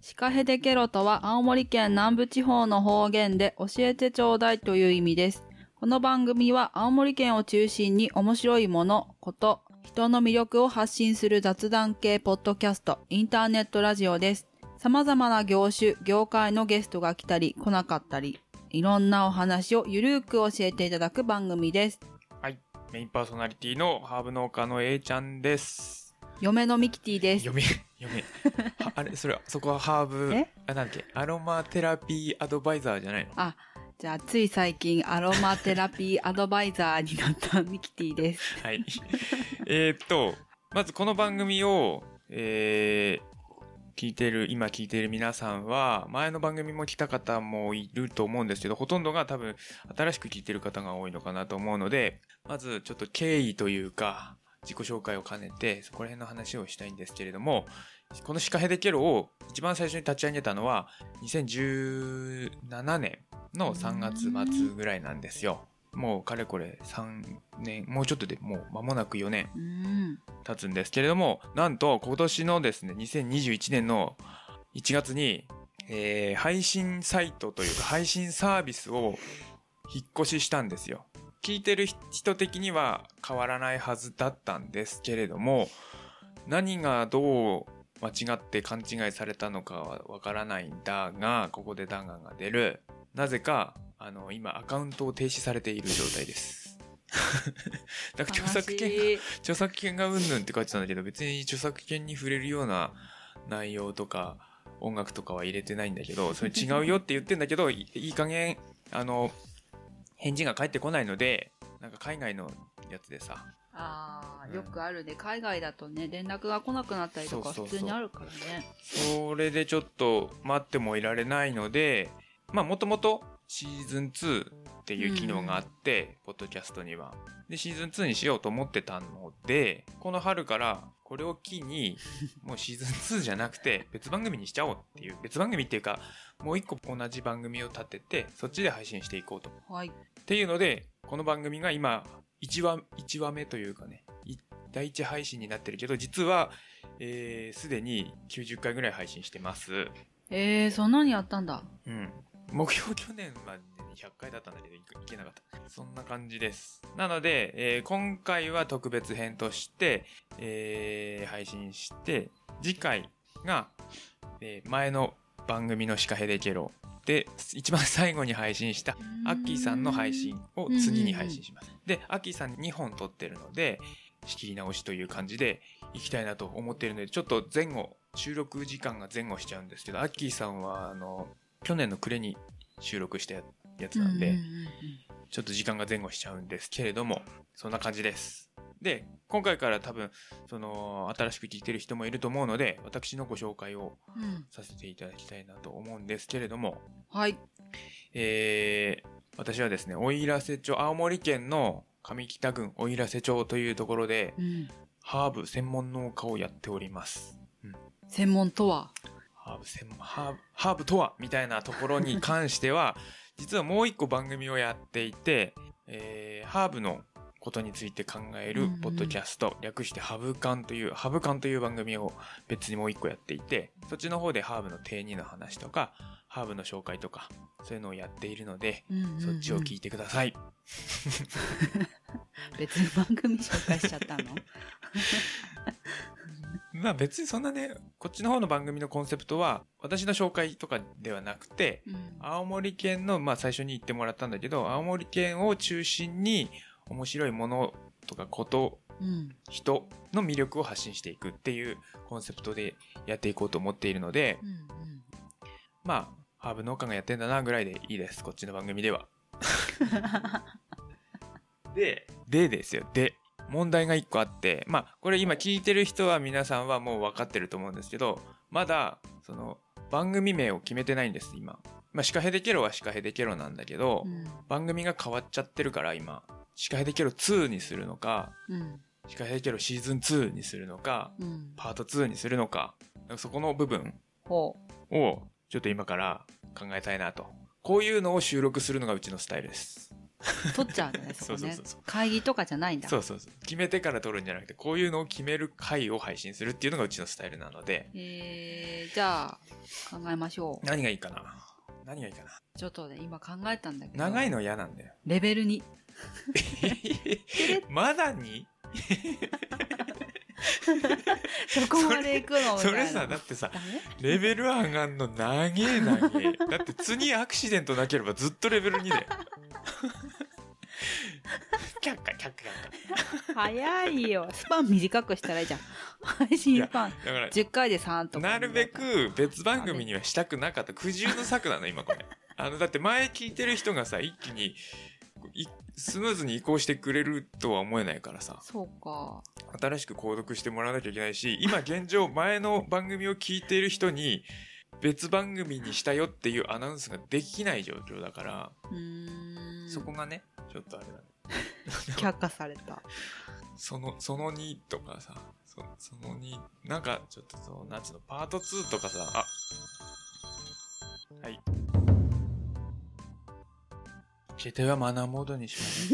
ヒカヘデケロとは青森県南部地方の方言で教えてちょうだいという意味です。この番組は青森県を中心に面白いもの、こと、人の魅力を発信する雑談系ポッドキャスト、インターネットラジオです。様々な業種、業界のゲストが来たり来なかったり、いろんなお話をゆるーく教えていただく番組です。メインパーソナリティのハーブ農家の A ちゃんです。嫁のミキティです。読み、読み。はあれ、それ、そこはハーブえ、あ、なんだっけ、アロマテラピーアドバイザーじゃないのあ、じゃあつい最近アロマテラピーアドバイザーになったミキティです。はい。えーっと、まずこの番組を、えー、聞いてる、今聞いてる皆さんは、前の番組も来た方もいると思うんですけど、ほとんどが多分、新しく聞いてる方が多いのかなと思うので、まずちょっと経緯というか、自己紹介を兼ねて、そこら辺の話をしたいんですけれども、このシカヘデケロを一番最初に立ち上げたのは、2017年の3月末ぐらいなんですよ。もうかれこれ3年、もうちょっとでもう間もなく4年うん。経つんですけれども、なんと今年のですね、2021年の1月に、えー配信サイトというか配信サービスを引っ越ししたんですよ。聞いてる人的には変わらないはずだったんですけれども、何がどう間違って勘違いされたのかはわからないんだが、ここで弾丸が出る。なぜか、あの、今アカウントを停止されている状態です。だから著作権が悲しい著作権がうんぬんって書いてたんだけど、別に著作権に触れるような内容とか、音楽とかは入れてないんだけど、それ違うよって言ってんだけど、 いいい加減、あの、返事が返ってこないので、なんか海外のやつでさ、ああ、よくあるね。海外だとね、連絡が来なくなったりとかそ普うそうそう通にあるからね。それでちょっと待ってもいられないので、まあもともとシーズン2っていう機能があって、ポッドキャストには。で、シーズン2にしようと思ってたので、この春からこれを機に、もうシーズン2じゃなくて別番組にしちゃおうっていう、別番組っていうか、もう一個同じ番組を立てて、そっちで配信していこうと。はい。っていうので、この番組が今、1話、一話目というかね、い第1配信になってるけど、実は、えーすでに90回ぐらい配信してます。えー、そんなにやったんだ。うん。目標去年はね100回だったんだけど、いいけなかった。そんな感じです。なので、えー今回は特別編として、えー配信して、次回が、えー前の番組のシカヘデケロで、一番最後に配信したアッキーさんの配信を次に配信します。で、アッキーさん2本撮ってるので、仕切り直しという感じでいきたいなと思ってるので、ちょっと前後、収録時間が前後しちゃうんですけど、アッキーさんは、あの、去年の暮れに収録したやつなんで、うううちょっと時間が前後しちゃうんですけれども、そんな感じです。で、今回から多分、その、新しく聞いてる人もいると思うので、私のご紹介をうんうんうんさせていただきたいなと思うんですけれども、はい。えー私はですね、おいらせ町、青森県の上北郡おいらせ町というところで、うんハーブ専門農家をやっております。専門とはハーブ専門、ハーブ、ハーブとはみたいなところに関しては、 実はもう一個番組をやっていて、えーハーブのことについて考えるポッドキャスト、略してハブカンという、ハブカンという番組を別にもう一個やっていて、そっちの方でハーブの定義の話とか、ハーブの紹介とか、そういうのをやっているので、そっちを聞いいてください。別の番組紹介しちゃっ たのまあ別にそんなね、こっちの方の番組のコンセプトは、私の紹介とかではなくて、うん青森県の、まあ最初に言ってもらったんだけど、青森県を中心に面白いものとかこと、うん人の魅力を発信していくっていうコンセプトでやっていこうと思っているのでう、んうんまあ、ハーブ農家がやってんだなぐらいでいいです、こっちの番組で は。で、でですよ、で。問題が一個あって、まあ、これ今聞いてる人は皆さんはもう分かってると思うんですけど、まだ、その、番組名を決めてないんです、今。まあ、シカヘデケロはシカヘデケロなんだけど、うん番組が変わっちゃってるから、今。シカヘデケロ2にするのか、うんシカヘデケロシーズン2にするのか、うんパート2にするのか、そこの部分ほを、ちょっと今から考えたいなと。こういうのを収録するのがうちのスタイルです。取っちゃうんだね、そこ そね。うそうそうそう会議とかじゃないんだ。そうそうそう決めてから撮るんじゃなくてこういうのを決める回を配信するっていうのがうちのスタイルなのでえー、じゃあ、考えましょう。何がいいかな何がいいかちょっとね、今考えたんだけど。な長いの嫌なん だよレベル2。まだにそこまで行くのみたそいな。れさだってさダメレベル上がんの長え長えだって次アクシデントなければずっとレベル2だよ キャッカキャッカキャッカ早いよ。スパン短くしたらいいじゃん。配信スパン。だから10回で3とか。なるべ。く別番組にはしたくなかった苦渋の策なの今これ あのだって前聞いてる人がさ一気にいスムーズに移行してくれるとは思えないからさそうか。新しく購読してもらわなきゃいけないし今現 状前の番組を聞いている人に別番組にしたよっていうアナウンスができない状況だから、うーん。そこがねちょっとあれだね却下された。そのその2とかさそその2なんかちょっとそのなんつうのパート2とかさあはい携帯はマナーモードにします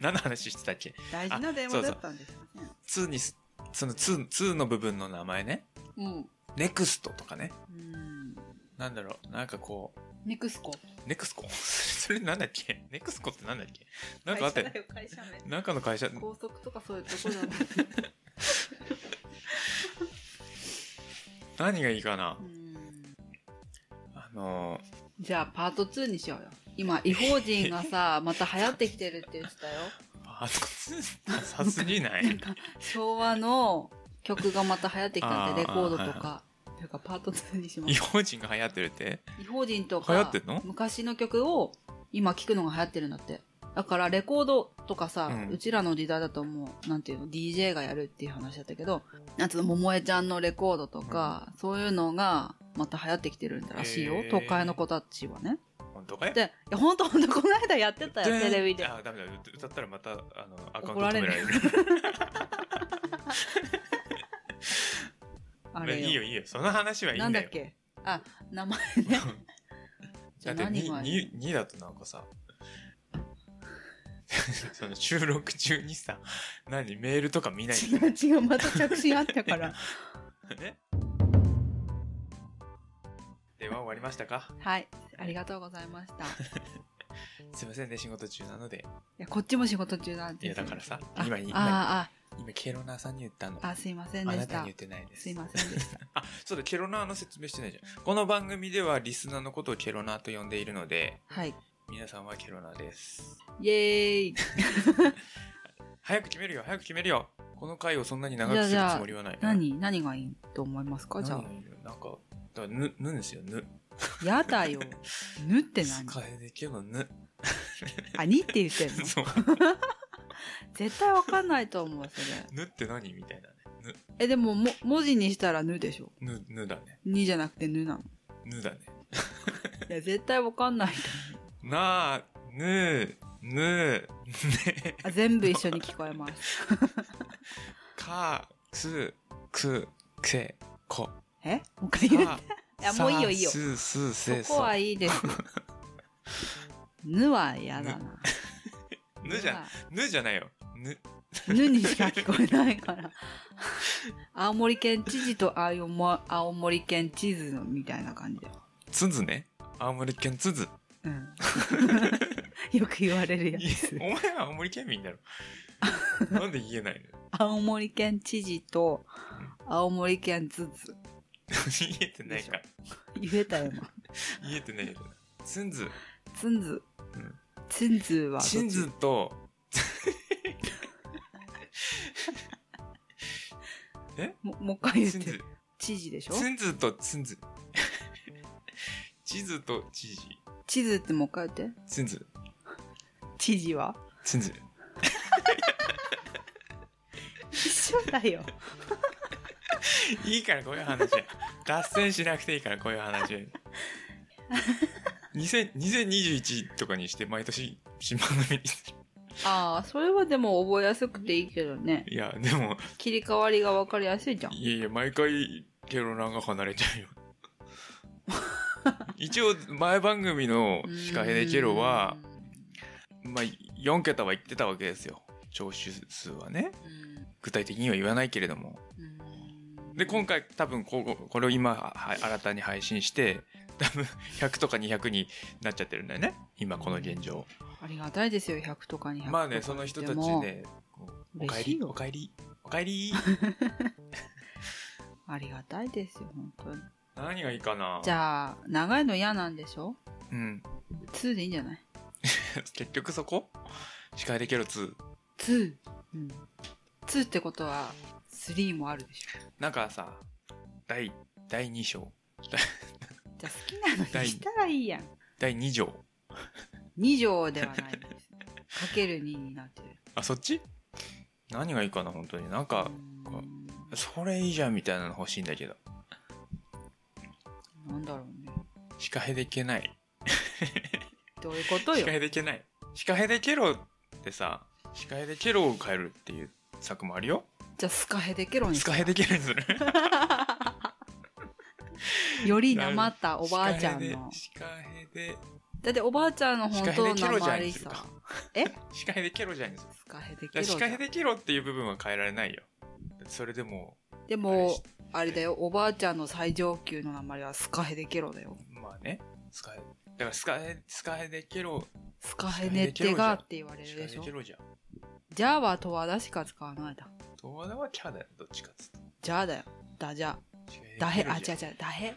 何の話してたっけ大事な電話だったんですよね。 2にすその 2, 2の部分の名前ねうん。ネクストとかねうん。なんだろうなんかこうネクスコ。ネクスコ それなんだっけネクスコってなんだっけなんかあったよ会社だよ、会社名。なんかの会社高速とかそういうとこじゃない。 何がいいかなうんあのじゃあパート2にしようよ。今、違法人がさ、また流行ってきてるって言ってたよ。パート2ダサすぎないなんか、昭和の曲がまた流行ってきたんで、レあコーードはいとはいか。というか、パート2にしま違す。法人が流行ってるって違法人と流行っかて、んの昔の曲を今聴くのが流行ってるんだって。だから、レコードとかさ、うんうちらの時代だともう、なんていうの、DJ がやるっていう話だったけど、なんつうの、桃江ちゃんのレコードとか、そういうのが、また流行ってきてるんだらしいよへ。ー都会の子たちはね。本当かよで、いや、ほんとほんと、この間やってたよ、テレビで。あダメだ歌歌ったらまたあのアカウン怒トら止れめるられるあれよいいよいいよその話はいいんだなんよだっけあ、名前ね。じだゃっあて何が 2, いい 2, 2だとなんかさ その収録中にさ何メールとか見ない違う違う、また着信あった から。ねでは終わりましたかはい、ありがとうございました。いすいませんね仕事中なのでや、こっちも仕事中なんいでやすよ。だからさあ今に今あ今ケロナーさんに言ったのあ、あ、すいませんあでなしたに言ってないですすいませんでした。あ、そうだ、ケロナーの説明してないじゃん。この番組ではリスナーのことをケロナーと呼んでいるので、はい。皆さんはケロナーです。イエーイ早く決めるよ、早く決めるよ。この回をそんなに長くするつもりはない。何何がいいと思いますか何じゃあ。なんか、だからぬ、ぬですよ、ぬ。やだ よ。ぬって何楓家のぬ。 あ、にって言ってんのそう。絶対わかんないと思う、それ。ぬって何みたいなね。え、でも、も、文字にしたらぬでしょぬ、ぬ、ぬだね。にじゃなくてぬなの。ぬだね。いや、絶対わかんないとなあ、ぬ、ぬ、ね、思う。あ、全部一緒に聞こえます。か、す、く、せ、こ。えもう一回言う。さいやもういいよさいいよす、す、せ、そこさはいいです。ぬは嫌だな。ぬじゃん。ぬじゃないよ。ぬ。ぬにしか聞こえないから。青森県知事と青森青森県地図のみたいな感じだよ。つずね。青森県つず。 うん。よく言われるやつお。前は青森県民 だろ。なんで言えないの 青森県知事と青森県地図。言えてないか。言えたよ今。言えてないよ。つんず。つんずうん。つんずはどっちちんずと、ももう一回言っつんてず。。知事でしょつんずとつんず。 地図と知事。地図ってもう一回言って。つんず。知事はつんず。一緒だよ。いいからこういう話 は。脱線しなくていいからこういう話は。2000 2021とかにして毎年新番組にするああ、それはでも覚えやすくていいけどね。いやでも切り替わりが分かりやすいじゃん。いやいや、毎回、ケロナが離れちゃうよ。 一応、前番組のヒカヘデケロは、まあ、4桁は言ってたわけですよ。聴取数はね。具体的には言わないけれども。で、今回多分こう、これを今、は新たに配信して、多分100とか200になっちゃってるんだよね。今この現状。ありがたいですよ、100とか200とか。まあね、その人たちでも。ね、こうお嬉帰しいり、よお帰り、お 帰り。ありがたいですよ、本当に。何がいいかなじあ。ゃあ、長いの嫌なんでしょうん。 ?2 でいいんじゃない結局そこ司会できる2。 ?2。うん。2ってことは、3もあるでしょ。なんかさ、第、第2章。じゃあ、好きなのにしたらいいやん。第2条。 2乗ではないんです。かける2になってる。あ、そっち何がいいかな、本当に。なんか、うーんそれいいじゃんみたいなの欲しいんだけど。なんだろうね。司会できない。どういうこと司よ。会できない。司会できろってさ、司会できろを変えるっていう作もあるよ。じゃあ、スカヘデケロに司会できるにする。 よりなまった おばあちゃんの。司会で、だっておばあちゃんの本当の司会でケロ名じゃん前にですさるか。 え司会できろじゃんにする。スカヘデだかケらロ司じゃ会ん。できろっていう部分は変えられないよ。それでも、であれもし、あれだよ、おばあちゃんの最上級の名前はスカヘデケロだよ。まあね、スカイ、だからスカイ、スカイでケロ、スカヘネテガって言われスるカイでしでょケ。ロじゃん。じゃあはとわだしか使わないだ。東大はキャだよ、どっちかっつって。じゃあだよ。だじゃ。司会でケロじゃんだへ、あ、違う違う、だへ。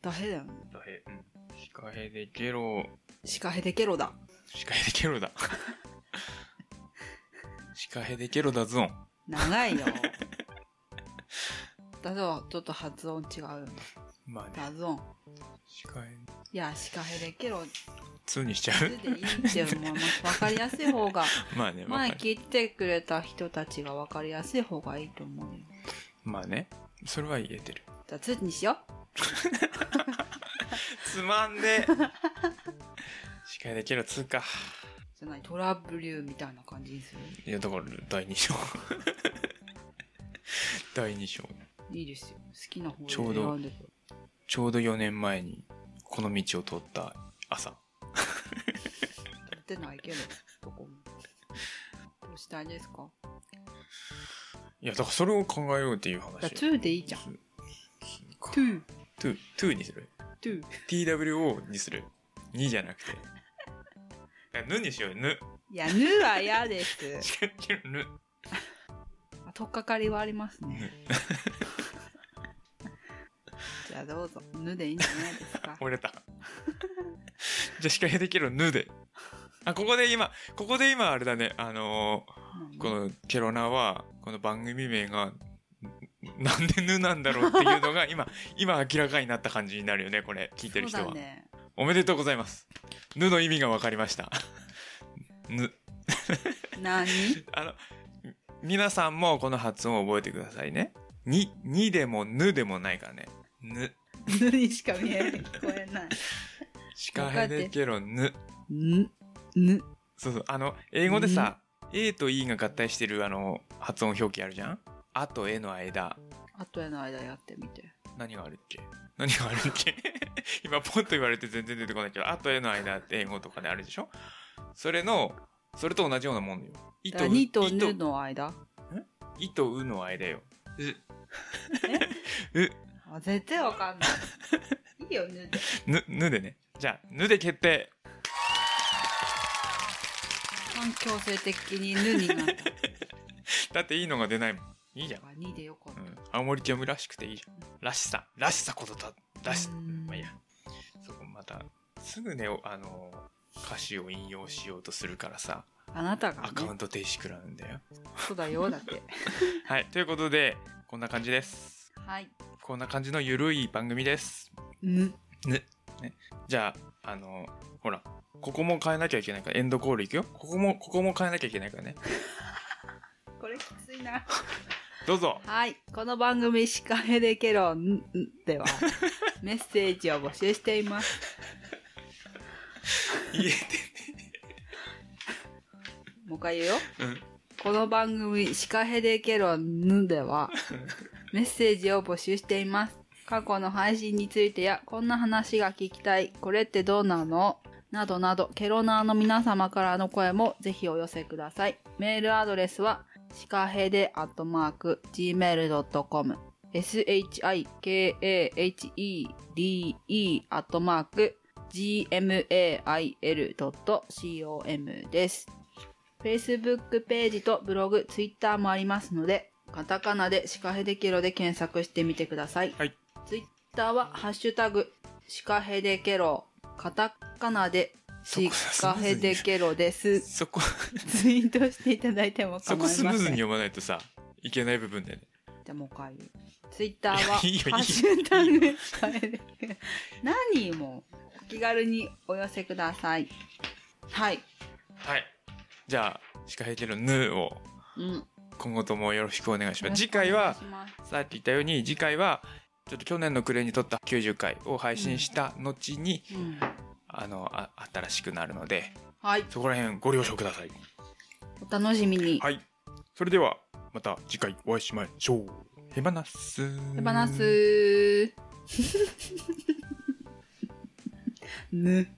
だへだよね。だへ、うん。司会でケロ、スカヘデケロだ。司会でケ ロだ。司会でケロだぞん。長 いよ。だぞ、ちょっと発音違うよね。まあね、だぞ。司会いや、スカヘデケロ2にしちゃ2 うでいいって思います。わかりやすい方が。まあね、 わ前かる聞いてくれた人たちがわかりやすい方がいいと思うよ。まあね、それは言えてる。じゃあ、つにしよう。つまん で司会でケロ2か。じゃない、トラブルみたいな感じにする。いや、だから第2章。 第2章。いいですよ。好きな方ちょうでど選んでくちょうど4年前にこの道を通った朝。れってないけど、どこも。どうしたいですかいや、だからそれを考えようっていう話。じゃあ、2でいいじゃん。ト2、ゥー。トゥー、トゥーにする2。 ?TWO にする ?2 じゃなくて。 ぬにしようよ、ぬ。いや、ぬは嫌です。 違う違うぬ。あとっかかりはあります ね。じゃあ、どうぞ。ぬでいいんじゃないです か。折れた。じゃあ、司会できるぬで。あ、ここで今、ここで今あれだね、あのーこのケロナは、この番組名が、んなんでぬなんだろうっていうのが今、今明らかになった感じになるよね、これ、聞いてる人そはうだ。ね。おめでとうございます。ぬの意味が分かりました。 ぬ。 何あの、み皆さんもこの発音を覚えてくださいね。に、にでもぬでもないからね。ぬ。ぬにしか見えない。聞こえない。しかへでけろぬ。ぬ、ぬ。そうそう。あの、英語でさ、A と E が合体してるあの、発音表記あるじゃんあと E の間。あとへの間やってみて。何があるっけ何があるっけ 今ポンと言われて全然出てこないけど、あと E の間って英語とかであるでしょそれの、それと同じようなもんよ。いだから2とぬの間。いとうの間よ。あ、絶対わかんない。いいよ、ぬで。ぬ、ぬでね。じゃあ、ぬで決定。反強制的にぬになっだっていいのが出ないもん。いいじゃたん。から2でよかっうた。ん。青森県らしくていいじゃん。らしさ。らしさことだ。らし、うんまあいいや。そこまた、すぐね、おあのー、歌詞を引用しようとするからさ、あなたが、ねア、カウント停止食らうんだよ。そうだよ、だって。はい。ということで、こんな感じです。はい。こんな感じのゆるい番組です。ぬ。じゃあ、あの、ほら、ここも変えなきゃいけないから、エンドコールいくよ。ここも、ここも変えなきゃいけないからね。これきついな。どうぞ。はい。この番組、シカヘデケロンで は、メッセージを募集しています。言えもう一回言うよ。てね。この番組、シカヘデケロンでは、メッセージを募集しています。過去の配信についてや、こんな話が聞きたい、これってどうなのなどなど、ケロナーの皆様からの声もぜひお寄せください。メールアドレスは、シカヘデアットマーク、gmail.com、shikahede アットマーク、gmail.com です。Facebook ページとブログ、Twitter もありますので、カタカナでシカヘデケロで検索してみてください。はい。 Twitter は、ハッシュタグ、シカヘデケロ、カタカナでシカヘデケロ です。そこ、ツイートしていただいても構そいまこせん。スムーズに読まないとさ、いけない部分だよね。じゃあもう一回。ツイッターは、ハいやいいよいいよッシュタグシカヘデケロ。何もうお気軽にお寄せください。はい。はい。じゃあ、シカヘケロヌをうん。今後ともよろしくお願いします。次回は、お願いしさっき言ったように、次回は、ちょっと去年の暮れに撮った90回を配信した後に、ます、うんあのあ、新しくなるので、はい。そこら辺ご了承ください。お楽しみに。はい。それでは、また次回お会いしましょう。ヘバナス。手放。 す。ぬ。